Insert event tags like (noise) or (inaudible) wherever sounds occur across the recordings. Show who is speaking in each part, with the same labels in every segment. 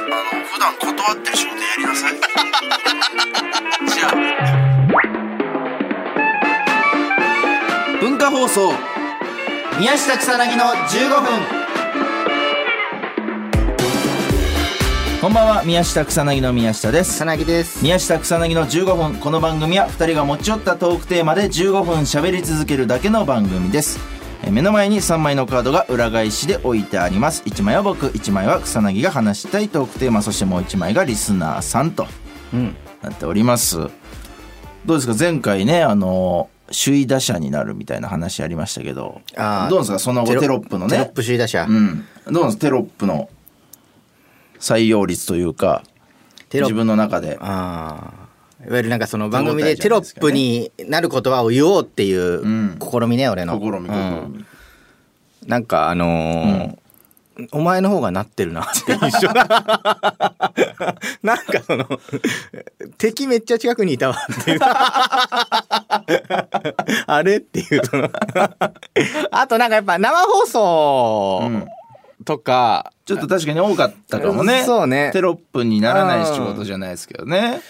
Speaker 1: 段断ってる仕事やりなさいじゃあ
Speaker 2: 文化放送
Speaker 3: 宮下草薙の15分
Speaker 2: こんばんは宮下草薙の宮下です
Speaker 3: 草薙です
Speaker 2: 宮下草薙の15分この番組は2人が持ち寄ったトークテーマで15分喋り続けるだけの番組ですえー目の前に3枚のカードが裏返しで置いてあります1枚は僕1枚は草薙が話したいトークテーマそしてもう1枚がリスナーさんと
Speaker 3: うん
Speaker 2: なっておりますどうですか前回ねあの首位打者になるみたいな話ありましたけど
Speaker 3: あー
Speaker 2: どうですかその後テロップのね
Speaker 3: テロップ首位打者、
Speaker 2: うん、どうなんですテロップの採用率というか
Speaker 3: テロッ
Speaker 2: 自
Speaker 3: プ
Speaker 2: 分の中で
Speaker 3: ああいわゆるなんかその番組
Speaker 2: 手応えじ
Speaker 3: でテ
Speaker 2: ゃない
Speaker 3: ロ
Speaker 2: です
Speaker 3: ッ
Speaker 2: かね
Speaker 3: プになる言葉を言おうっていう試みね、俺の
Speaker 2: 試み試み、
Speaker 3: うんなんかあのーお前の方がなってるなって
Speaker 2: (laughs)
Speaker 3: 一緒だなんかその敵めっちゃ近くにいたわって
Speaker 2: (laughs)
Speaker 3: いうあれっていうそのあとなんかやっぱ生放
Speaker 2: う
Speaker 3: 送
Speaker 2: ん
Speaker 3: とか、
Speaker 2: ちょっと確かに多かったかもね
Speaker 3: そうね
Speaker 2: テロップにならない仕事じゃないですけどね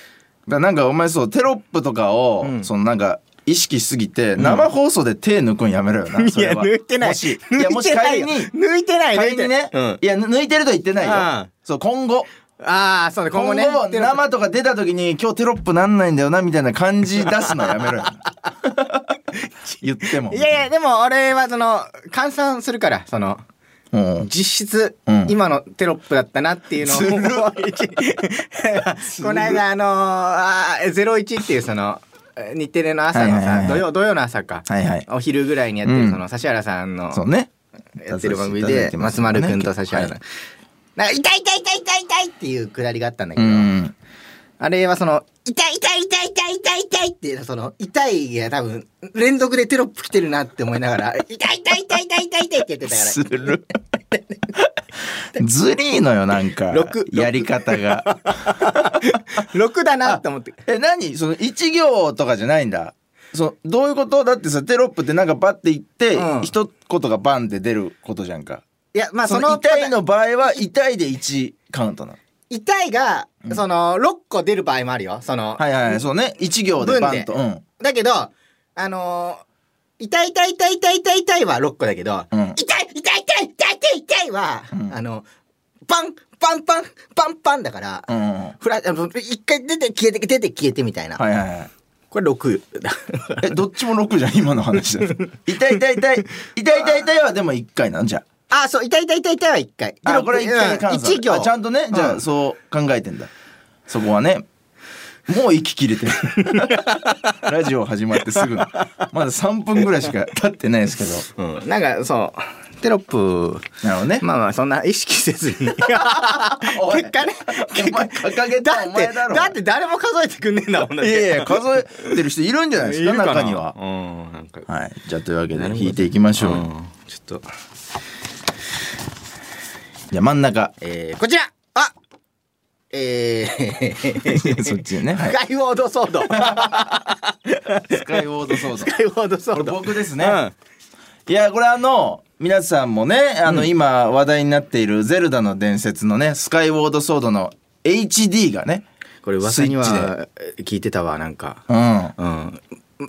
Speaker 2: だなんかお前そうテロップとかを、
Speaker 3: うん
Speaker 2: そのなんか意識しすぎて生放送で手抜くんやめろよな、
Speaker 3: い
Speaker 2: それ
Speaker 3: や
Speaker 2: は
Speaker 3: 抜いてない
Speaker 2: もしいや
Speaker 3: 抜
Speaker 2: も
Speaker 3: い
Speaker 2: して
Speaker 3: ない
Speaker 2: 仮
Speaker 3: よ
Speaker 2: に
Speaker 3: 抜いてない抜い
Speaker 2: 仮に
Speaker 3: てない
Speaker 2: ね、いやぬ抜いてるとは言ってないよ、
Speaker 3: うん
Speaker 2: そう今後
Speaker 3: ああそうね今
Speaker 2: 今
Speaker 3: 後
Speaker 2: 後
Speaker 3: ねテロップ
Speaker 2: 生とか出た時に今日テロップなんないんだよなみたいな感じ出すのや
Speaker 3: (laughs)
Speaker 2: めろよ言っても
Speaker 3: いやいやでも俺はその換算するからその
Speaker 2: うん
Speaker 3: 実質、
Speaker 2: うん
Speaker 3: 今のテロップだったなっていうのを
Speaker 2: ずる
Speaker 3: (laughs)
Speaker 2: い
Speaker 3: もう一この間あのーあー01っていうそのえー日テレの朝のさ、
Speaker 2: はいはいはいはい
Speaker 3: 土曜土曜の朝か、
Speaker 2: はいはい
Speaker 3: お昼ぐらいにやってる
Speaker 2: うん
Speaker 3: その指原さんの
Speaker 2: そうね
Speaker 3: やってる番組
Speaker 2: 出
Speaker 3: で
Speaker 2: させていただいてます
Speaker 3: 松丸君と指原さん、
Speaker 2: はい
Speaker 3: なんか痛い痛い痛い痛い痛いっていうくだりがあったんだけ
Speaker 2: う
Speaker 3: ど、
Speaker 2: ん
Speaker 3: あれはその、痛い痛い痛い痛い痛い痛いって、その、痛いが多分、連続でテロップ来てるなって思いながら、痛い痛い痛い痛い痛い痛いって言ってた
Speaker 2: す
Speaker 3: か
Speaker 2: るずりーのよなんか
Speaker 3: 六六
Speaker 2: やり方が
Speaker 3: ら、6だなって思って。
Speaker 2: (laughs) え何その一行とかじゃないんだそうどういうことだってさテロップってなんかバッて言って、
Speaker 3: うん
Speaker 2: 一言がバンって出ることじゃんか
Speaker 3: いや、まあそ
Speaker 2: そ
Speaker 3: の、
Speaker 2: の痛いの場合は痛いで1カウントなの
Speaker 3: 痛いが、その、6個出る場合もあるよ。その、
Speaker 2: はいはいはいそうね一行でバンとう
Speaker 3: 文
Speaker 2: ん
Speaker 3: だけど、あのー痛い痛い痛い痛い痛い痛いは6個だけど、
Speaker 2: うん
Speaker 3: 痛い痛い痛い痛い痛い痛い痛いは、
Speaker 2: ん
Speaker 3: あの、パン、パンパン、パンパンだから、
Speaker 2: うんうんは
Speaker 3: フラあの一回出て消えて出て消えてみたいな、
Speaker 2: いはいはい
Speaker 3: これ6だ
Speaker 2: えどっちも6じゃん今の話 (laughs) だと痛い痛い痛い痛い痛い痛いはでも1回なんじゃ
Speaker 3: あそう痛い痛い痛い痛いは1回
Speaker 2: あこれ1回
Speaker 3: う
Speaker 2: 換
Speaker 3: ん一行
Speaker 2: 算あちゃんとねじゃ
Speaker 3: う
Speaker 2: あそう考えてんだそこはねもう息切れてる (laughs) ラジオ始まってすぐまだ3分ぐらいしか経ってないですけど
Speaker 3: うんなんかそうテロップ
Speaker 2: なるほどね
Speaker 3: まあまあそんな意識せずに結
Speaker 2: (laughs) おい
Speaker 3: 果ね結
Speaker 2: お前
Speaker 3: 果
Speaker 2: 掲げ
Speaker 3: だ
Speaker 2: たお
Speaker 3: って
Speaker 2: 前だ
Speaker 3: だ
Speaker 2: ろ
Speaker 3: って誰も数えてくんねえんだもんだっ
Speaker 2: い
Speaker 3: て
Speaker 2: やいや数えてる人いるんじゃないですか
Speaker 3: いるかな
Speaker 2: 中には
Speaker 3: うんなんか
Speaker 2: はいじゃあというわけで
Speaker 3: なるほど
Speaker 2: 引いていきましょうよ
Speaker 3: ちょっと
Speaker 2: じゃあ真ん (laughs) 中
Speaker 3: えーこちらあえー (laughs)
Speaker 2: そっちねはい
Speaker 3: スカイウォードソードスカ
Speaker 2: スカイウォードソード
Speaker 3: イウォードソー
Speaker 2: これ
Speaker 3: ド
Speaker 2: 僕ですね、いやこれあの皆さんもねあの、今話題になっている「ゼルダの伝説」のねスカイウォードソードの HD がね
Speaker 3: これ噂
Speaker 2: ス
Speaker 3: に
Speaker 2: イッチ
Speaker 3: は聞いてたわなんか
Speaker 2: うん
Speaker 3: う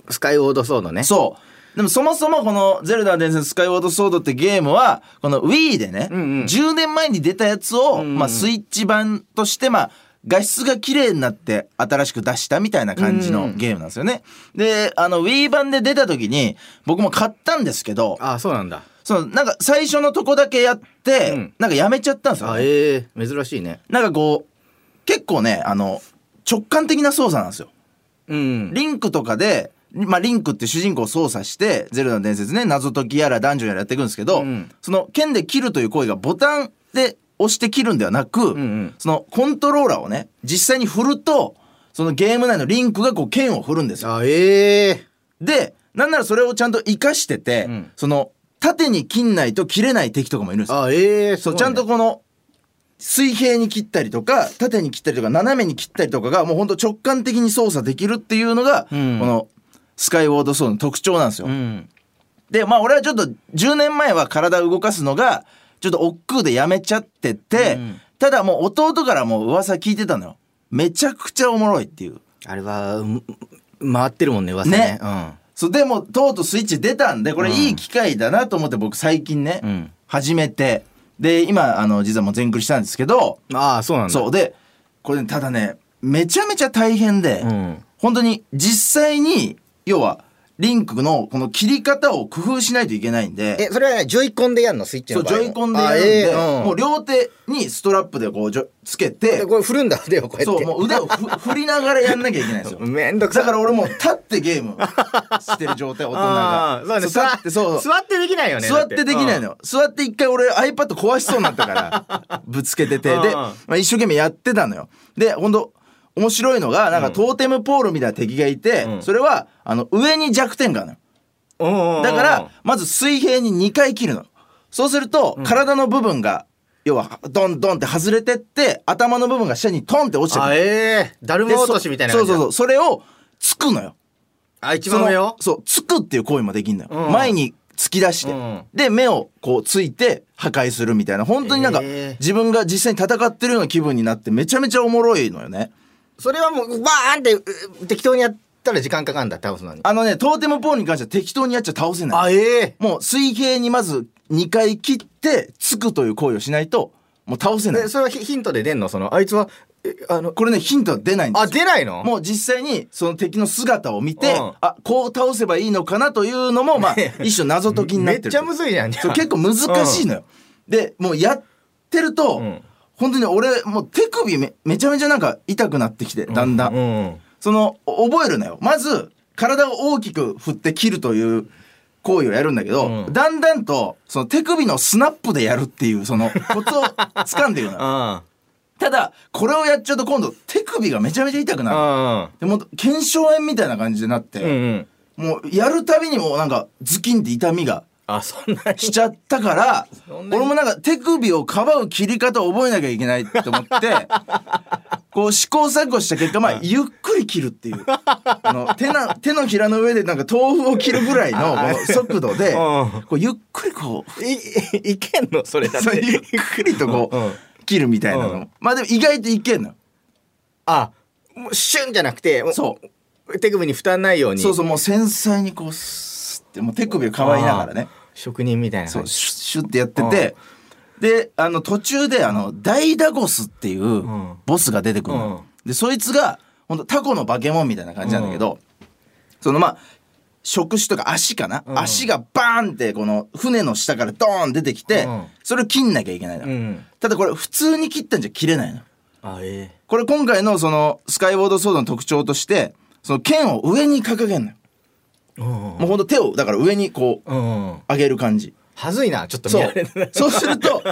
Speaker 3: んスカイウォードソードね
Speaker 2: そうでもそもそもこの「ゼルダの伝説スカイウォードソード」ってゲームはこの Wii でね、
Speaker 3: うんうん
Speaker 2: 10年前に出たやつを、
Speaker 3: んうん
Speaker 2: まあ、スイッチ版としてまあ画質が綺麗になって新しく出したみたいな感じ
Speaker 3: うんう
Speaker 2: の
Speaker 3: ん
Speaker 2: ゲームなんですよね。であの Wii 版で出た時に僕も買ったんですけど
Speaker 3: あそうなんだ
Speaker 2: そうなんか最初のとこだけやって、
Speaker 3: うん
Speaker 2: なんかやめちゃったんですよ、ね。
Speaker 3: あええ珍しいね
Speaker 2: なんかこう結構ねあの直感的な操作なんですよ。
Speaker 3: うん
Speaker 2: リンクとかで、まあ、リンクって主人公を操作して「ゼルダの伝説ね」謎解きやらダンジョンやらやっていくんですけど、
Speaker 3: うん
Speaker 2: その剣で切るという行為がボタンで押して切るんではなく、
Speaker 3: うんうん
Speaker 2: そのコントローラーをね実際に振るとそのゲーム内のリンクがこう剣を振るんですよ。
Speaker 3: あええ
Speaker 2: でなんならそれをちゃんと活かしてて、
Speaker 3: うん
Speaker 2: その縦に切んないと切れない敵とかもいるんですよ
Speaker 3: あええ
Speaker 2: そうちゃんとこの水平に切ったりとか縦に切ったりとか斜めに切ったりとかがもうほんと直感的に操作できるっていうのが、
Speaker 3: うん
Speaker 2: このスカイウォードソードの特徴なんですよ。
Speaker 3: うん
Speaker 2: でまあ俺はちょっと10年前は体を動かすのがちょっと億劫でやめちゃってて、
Speaker 3: うん
Speaker 2: ただもう弟からもう噂聞いてたのよめちゃくちゃおもろいっていう
Speaker 3: あれはうん回ってるもんね噂ね
Speaker 2: ね
Speaker 3: うん
Speaker 2: そうでもとうとうスイッチ出たんでこれいい機会だなと思って僕最近ね、
Speaker 3: うん
Speaker 2: 始めてで今あの実はもう全クリしたんですけど
Speaker 3: ああそうなんだ
Speaker 2: そうでこれねただねめちゃめちゃ大変で、
Speaker 3: うん
Speaker 2: 本当に実際に要はリンクのこの切り方を工夫しないといけないんで
Speaker 3: えそれはねジョイコンでやるのスイッチ
Speaker 2: そ
Speaker 3: の
Speaker 2: うジ
Speaker 3: 場合も
Speaker 2: ョイコンでやるん
Speaker 3: あえ
Speaker 2: で、
Speaker 3: えうん
Speaker 2: もう両手にストラップでこうじょつけて
Speaker 3: でこれ振るんだ腕をこうやって
Speaker 2: そうもう腕をふ振りながらやんなきゃいけないんです
Speaker 3: (laughs)
Speaker 2: よ
Speaker 3: めんどくさ
Speaker 2: だから俺もう立ってゲームしてる状態大人
Speaker 3: あ
Speaker 2: が
Speaker 3: あそうね
Speaker 2: そう立ってそう
Speaker 3: 座ってできないよね
Speaker 2: 座ってできないの
Speaker 3: よ
Speaker 2: よ座って一回俺 iPad 壊しそうになったから
Speaker 3: (laughs)
Speaker 2: ぶつけててで、
Speaker 3: うんうん
Speaker 2: まあ、一生懸命やってたのよでほんと面白いのがなんかトーテムポールみたいな敵がいて、
Speaker 3: うん
Speaker 2: それはあの上に弱点があるのよだからまず水平に2回切るのそうすると体の部分が、要はドンドンって外れてって頭の部分が下にトンって落ちてく
Speaker 3: あ
Speaker 2: る
Speaker 3: ええだる
Speaker 2: で
Speaker 3: ま
Speaker 2: そ
Speaker 3: 落としみたいな
Speaker 2: そ
Speaker 3: 感
Speaker 2: う
Speaker 3: じ
Speaker 2: そ
Speaker 3: だ
Speaker 2: うそうそれをつくのよ
Speaker 3: あ一番上よ
Speaker 2: そのそうつくっていう行為もできんのよ、
Speaker 3: うん
Speaker 2: 前に突き出して、
Speaker 3: うん
Speaker 2: で目をこうついて破壊するみたいな本当になんか、
Speaker 3: えー
Speaker 2: 自分が実際に戦ってるような気分になってめちゃめちゃおもろいのよね
Speaker 3: それはもうバーンってう適当にやったら時間かかんだ倒すのに
Speaker 2: あのねトーテムポールに関しては適当にやっちゃ倒せない
Speaker 3: あええ
Speaker 2: もう水平にまず2回切ってつくという行為をしないともう倒せない
Speaker 3: えそれはヒヒントで出んのそのあいつはえあの
Speaker 2: これねヒントは出ないんですよ
Speaker 3: あ出ないの
Speaker 2: もう実際にその敵の姿を見て、
Speaker 3: うん
Speaker 2: あこう倒せばいいのかなというの
Speaker 3: (laughs)
Speaker 2: もまあ一種謎解きになっ
Speaker 3: めって
Speaker 2: る
Speaker 3: ちゃむずいじゃんじゃあ
Speaker 2: そう結構難しいのよ。でもうやってると、
Speaker 3: うん
Speaker 2: 本当に俺もう手首めめちゃめちゃなんか痛くなってきてだんだん、
Speaker 3: うん
Speaker 2: そのお覚えるのよまず体を大きく振って切るという行為をやるんだけど、
Speaker 3: うん
Speaker 2: だんだんとその手首のスナップでやるっていうそのコツを掴んでいく
Speaker 3: (laughs)
Speaker 2: のよ
Speaker 3: あ
Speaker 2: ただこれをやっちゃうと今度手首がめちゃめちゃ痛くなる
Speaker 3: あ
Speaker 2: でもう腱鞘炎みたいな感じになっ
Speaker 3: うんう
Speaker 2: て、
Speaker 3: ん
Speaker 2: もうやるたびにもうなんかズキンって痛みが
Speaker 3: あそんなに
Speaker 2: しちゃったから
Speaker 3: そんな
Speaker 2: 俺
Speaker 3: に
Speaker 2: もなんか手首をかばう切り方を覚えなきゃいけないと思って
Speaker 3: (laughs)
Speaker 2: こう試行錯誤した結果まあゆっくり切るっていうあの手な手のひらの上でなんか豆腐を切るぐらいのこの速度で
Speaker 3: うん
Speaker 2: こうゆっくりこう
Speaker 3: いいけんのそれだ
Speaker 2: (laughs)
Speaker 3: っ
Speaker 2: そう
Speaker 3: て
Speaker 2: ゆっくりとこ
Speaker 3: うん
Speaker 2: う切るみたいな
Speaker 3: う
Speaker 2: の
Speaker 3: ん
Speaker 2: まあでも意外といけんの
Speaker 3: あもうシュンじゃなくてもう
Speaker 2: そう
Speaker 3: 手首に負担ないように
Speaker 2: そうそうもう繊細にこうスッてもう手首をかばいながらね
Speaker 3: 職人みたいな
Speaker 2: そ
Speaker 3: 感
Speaker 2: う
Speaker 3: じ
Speaker 2: シュッシュッてやっててであの途中であのダイダゴスっていう
Speaker 3: うん
Speaker 2: ボスが出てくるの、でそいつが本当タコの化け物みたいな感じなんだけど、そのまあ触手とか足かな、
Speaker 3: うん
Speaker 2: 足がバーンってこの船の下からドーン出てきて、
Speaker 3: うん
Speaker 2: それを切んなきゃいけないの、
Speaker 3: うん
Speaker 2: ただこれ普通に切ったんじゃ切れないの
Speaker 3: あえ
Speaker 2: これ今回のそのスカイボードソードの特徴としてその剣を上に掲げんのよ
Speaker 3: えうん
Speaker 2: もうほんと手をだから上にこう
Speaker 3: うん
Speaker 2: 上げる感じ
Speaker 3: はずいなちょっと見
Speaker 2: そ
Speaker 3: ら
Speaker 2: う
Speaker 3: れない
Speaker 2: そうする
Speaker 3: (laughs)
Speaker 2: と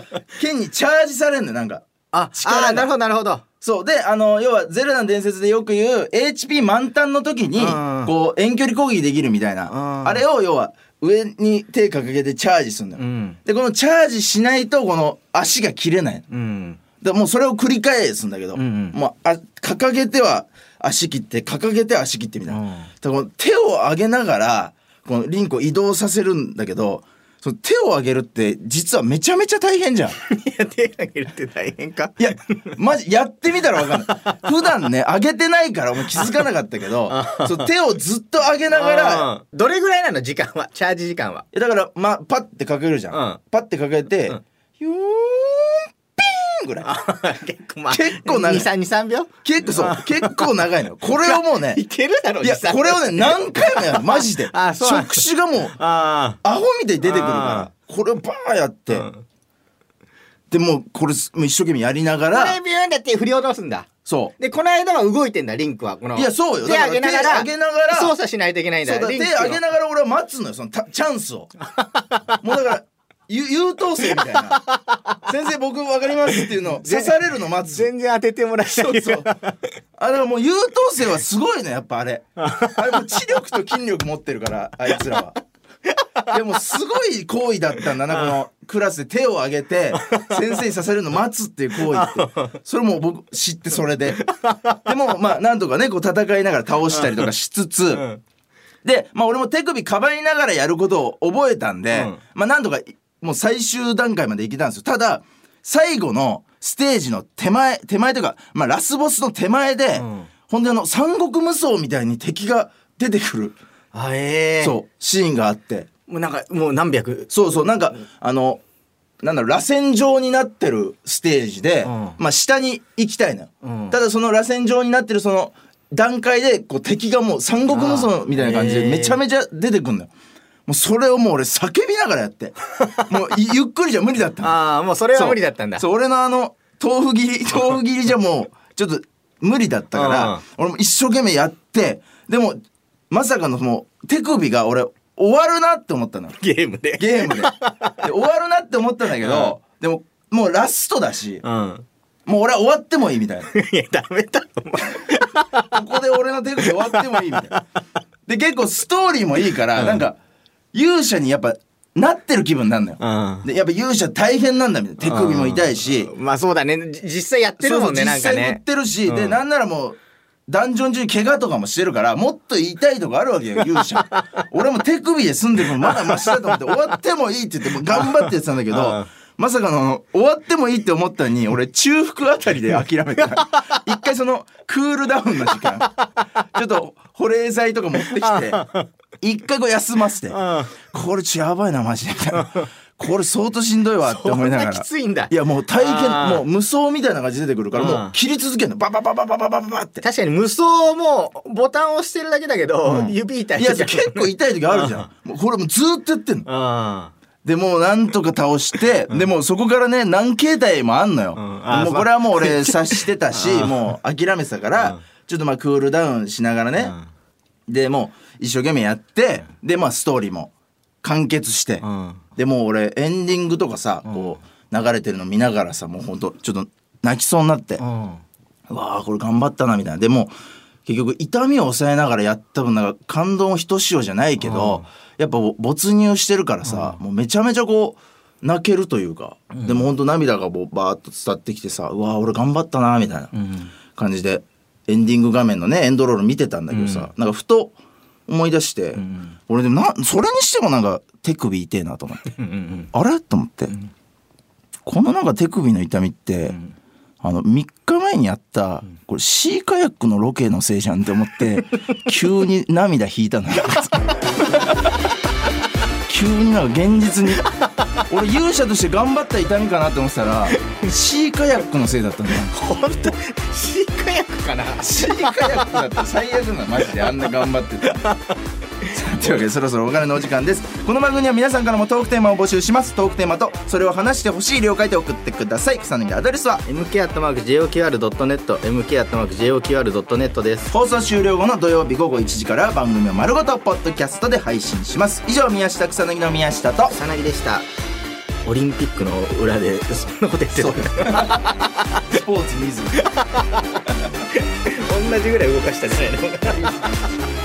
Speaker 2: 剣にチャージされんのよなんか
Speaker 3: あ
Speaker 2: 力が
Speaker 3: あーなるほどなるほど
Speaker 2: そうであの要は「ゼルダの伝説」でよく言う HP 満タンの時に
Speaker 3: うん
Speaker 2: こう遠距離攻撃できるみたい
Speaker 3: あ
Speaker 2: な
Speaker 3: ー
Speaker 2: あれを要は上に手掲げてチャージするのよ、
Speaker 3: うん
Speaker 2: でこのチャージしないとこの足が切れない
Speaker 3: うん
Speaker 2: でもうそれを繰り返すんだけど、
Speaker 3: うんうん
Speaker 2: もうあ掲げては足切って掲げて足切ってみたいな、
Speaker 3: うん
Speaker 2: だからこの手を上げながらこのリンクを移動させるんだけどその手を上げるって実はめちゃめちゃ大変じゃん
Speaker 3: (laughs) いや手上げるって大変か
Speaker 2: いや、マジ、やってみたらわかん
Speaker 3: (laughs)
Speaker 2: ない。普段ね、上げてないから、もう気づかなかったけど、そう手をずっと上げながら、
Speaker 3: うんどれぐらいなの時間はチャージ時間は
Speaker 2: えだから、ま、パッてかけるじゃん。
Speaker 3: うん
Speaker 2: パッてかけて、
Speaker 3: ん
Speaker 2: よーん、ピーンぐらい。
Speaker 3: 結構まあ
Speaker 2: 結構長い
Speaker 3: 2323秒
Speaker 2: 結構、そう、結構長いのよ。これをもうね、
Speaker 3: いけるだろ
Speaker 2: いや、
Speaker 3: 23
Speaker 2: これをね、何回もやる、マジで。
Speaker 3: あそうなんだ
Speaker 2: 触手がもう、
Speaker 3: (laughs) あ
Speaker 2: アホみたいに出てくるから、これをバーやって、
Speaker 3: あうん
Speaker 2: でもう、これ、もう一生懸命やりなが
Speaker 3: これ
Speaker 2: ら、
Speaker 3: ビューンだって振り落とすんだ
Speaker 2: そう。
Speaker 3: でこの間は動いてんだリンクはこの
Speaker 2: いやそうよ
Speaker 3: 手上げながら
Speaker 2: だから手上げながら
Speaker 3: 操作しないといけないんだ
Speaker 2: そうだ手
Speaker 3: リンク
Speaker 2: 上げながら俺は待つのよそのたチャンス
Speaker 3: (laughs)
Speaker 2: をもうだからゆ優等生みたいな「先生僕分かります」っていうのを刺されるの待つ
Speaker 3: 全然当ててもらえない
Speaker 2: そう
Speaker 3: (laughs)
Speaker 2: そうあだからもう優等生はすごいねやっぱあれあれもう知力と筋力持ってるからあいつらはでもすごい行為だったんだなこのクラスで手を上げて先生に刺されるの待つっていう行為ってそれもう僕知ってそれででもまあなんとかねこう戦いながら倒したりとかしつつ、
Speaker 3: うん
Speaker 2: で、まあ、俺も手首かばいながらやることを覚えたんで、
Speaker 3: うん
Speaker 2: まあ、何度かいもう最終段階まで行けたんですよただ最後のステージの手前手前というか、まあ、ラスボスの手前で、
Speaker 3: ん
Speaker 2: ほんであの三国無双みたいに敵が出てくる、
Speaker 3: あええ
Speaker 2: そうシーンがあって
Speaker 3: うもうなんかもう何百
Speaker 2: そうそうなんか、あのなんだろう螺旋状になってるステージで、
Speaker 3: うん
Speaker 2: まあ、下に行きたいのよ、
Speaker 3: うん
Speaker 2: ただその螺旋状になってるその段階でこう敵がもう三国無双みたいな感じ
Speaker 3: あーへ
Speaker 2: で
Speaker 3: ー
Speaker 2: めちゃめちゃ出てくんのよ。もうそれをもう俺叫びながらやって
Speaker 3: (laughs)
Speaker 2: もういゆっくりじゃ無理だったの
Speaker 3: ああもうそれは無理だったんだ
Speaker 2: そうそう俺のあの豆腐切り
Speaker 3: (laughs)
Speaker 2: 豆腐切りじゃもうちょっと無理だったから、
Speaker 3: うん
Speaker 2: 俺も一生懸命やってでもまさかのもう手首が俺終わるなって思ったのよ
Speaker 3: ゲームで
Speaker 2: ゲームでで終わるなって思ったんだけど、でももうラストだし
Speaker 3: う、ん
Speaker 2: もう俺は終わってもいいみたい
Speaker 3: いやダメだろ
Speaker 2: なここで俺の手首終わってもいいみたいなで結構ストーリーもいいから、なんか勇者にやっぱなってる気分になるのよ、
Speaker 3: お前
Speaker 2: でやっぱ勇者大変なんだみたいな手首も痛いし、
Speaker 3: うんまあそうだねじ実際やってるもん
Speaker 2: そうそ
Speaker 3: ね
Speaker 2: う
Speaker 3: なんか
Speaker 2: 実際売っ
Speaker 3: ね
Speaker 2: てるし、で
Speaker 3: うん
Speaker 2: なんならもうダンジョン中に怪我とかもしてるからもっと痛いとこあるわけ
Speaker 3: (laughs)
Speaker 2: よ勇者俺も手首で済んでるのまだマシだと思って終わってもいいって言ってもう頑張ってやってたんだけ
Speaker 3: う
Speaker 2: ど
Speaker 3: ん
Speaker 2: まさかのあの終わってもいいって思ったのに俺中腹あたりで諦め
Speaker 3: (laughs)
Speaker 2: た一回そのクールダウンの時間ちょっと保冷剤とか持ってきて一回こう休ませてこれちょやばいなマジでみたいなこれ相当しんどいわって思いながら
Speaker 3: そんなきついんだ
Speaker 2: いやもう体
Speaker 3: あ
Speaker 2: 験
Speaker 3: ー
Speaker 2: もう無双みたいな感じで出てくるから
Speaker 3: うん
Speaker 2: もう切り続けるのバババババババババ
Speaker 3: (laughs)
Speaker 2: って
Speaker 3: 確かに無双もボタンを押してるだけだけど、
Speaker 2: うん
Speaker 3: 指痛い
Speaker 2: いや結構痛い時あるじゃ
Speaker 3: うん
Speaker 2: んもうこれもうずーっとやってんの
Speaker 3: あ
Speaker 2: でもうなんとか倒してでもうそこからね何形態もあんのよ
Speaker 3: うんあー
Speaker 2: もうこれはもう俺察してたしもう諦めてたか
Speaker 3: う
Speaker 2: ら
Speaker 3: ん
Speaker 2: ちょっとまあクールダウンしながらね
Speaker 3: あ
Speaker 2: でもう一生懸命やってでまあストーリーも完結して
Speaker 3: ん
Speaker 2: でもう俺エンディングとかさ
Speaker 3: うん
Speaker 2: こう流れてるの見ながらさもうほんとちょっと泣きそうになって
Speaker 3: うん
Speaker 2: うわあこれ頑張ったなみたいなでも結局痛みを抑えながらやった分なんか感動もひとしおじゃないけど、やっぱ没入してるからさ、もうめちゃめちゃこう泣けるというか、でもほんと涙がもうバーッと伝ってきてさうわあ俺頑張ったなみたいな
Speaker 3: うん
Speaker 2: 感じでエンディング画面のねエンドロール見てたんだけどさ、なんかふと思い出して、
Speaker 3: ん
Speaker 2: 俺でもなそれにしてもなんか手首痛えなと思って。
Speaker 3: うん
Speaker 2: あれと思って、このなんか手首の痛みって、あの3日前にやったこれシーカヤックのロケのせいじゃんって思って急に涙引いたのよ急になんか現実に俺勇者として頑張った痛みかなって思ってたらシーカヤックのせいだったんだよ
Speaker 3: 本当飼育薬かな
Speaker 2: シーカヤックだったら最悪なのマジであんな頑張ってたさあというわけでそろそろお金のお時間ですこの番組は皆さんからもトークテーマを募集しますトークテーマとそれを話してほしい了解で送ってください草薙アドレスは
Speaker 3: mk.joqr.net mk.joqr.net です
Speaker 2: 放送終了後の土曜日午後1時から番組を丸ごとポッドキャストで配信します以上宮下草薙の宮下と
Speaker 3: 草薙でしたオリンピックの裏でそんなこと言ってた
Speaker 2: (laughs) そう (laughs) スポーツ見ず
Speaker 3: 同じぐらい動かしたじゃないの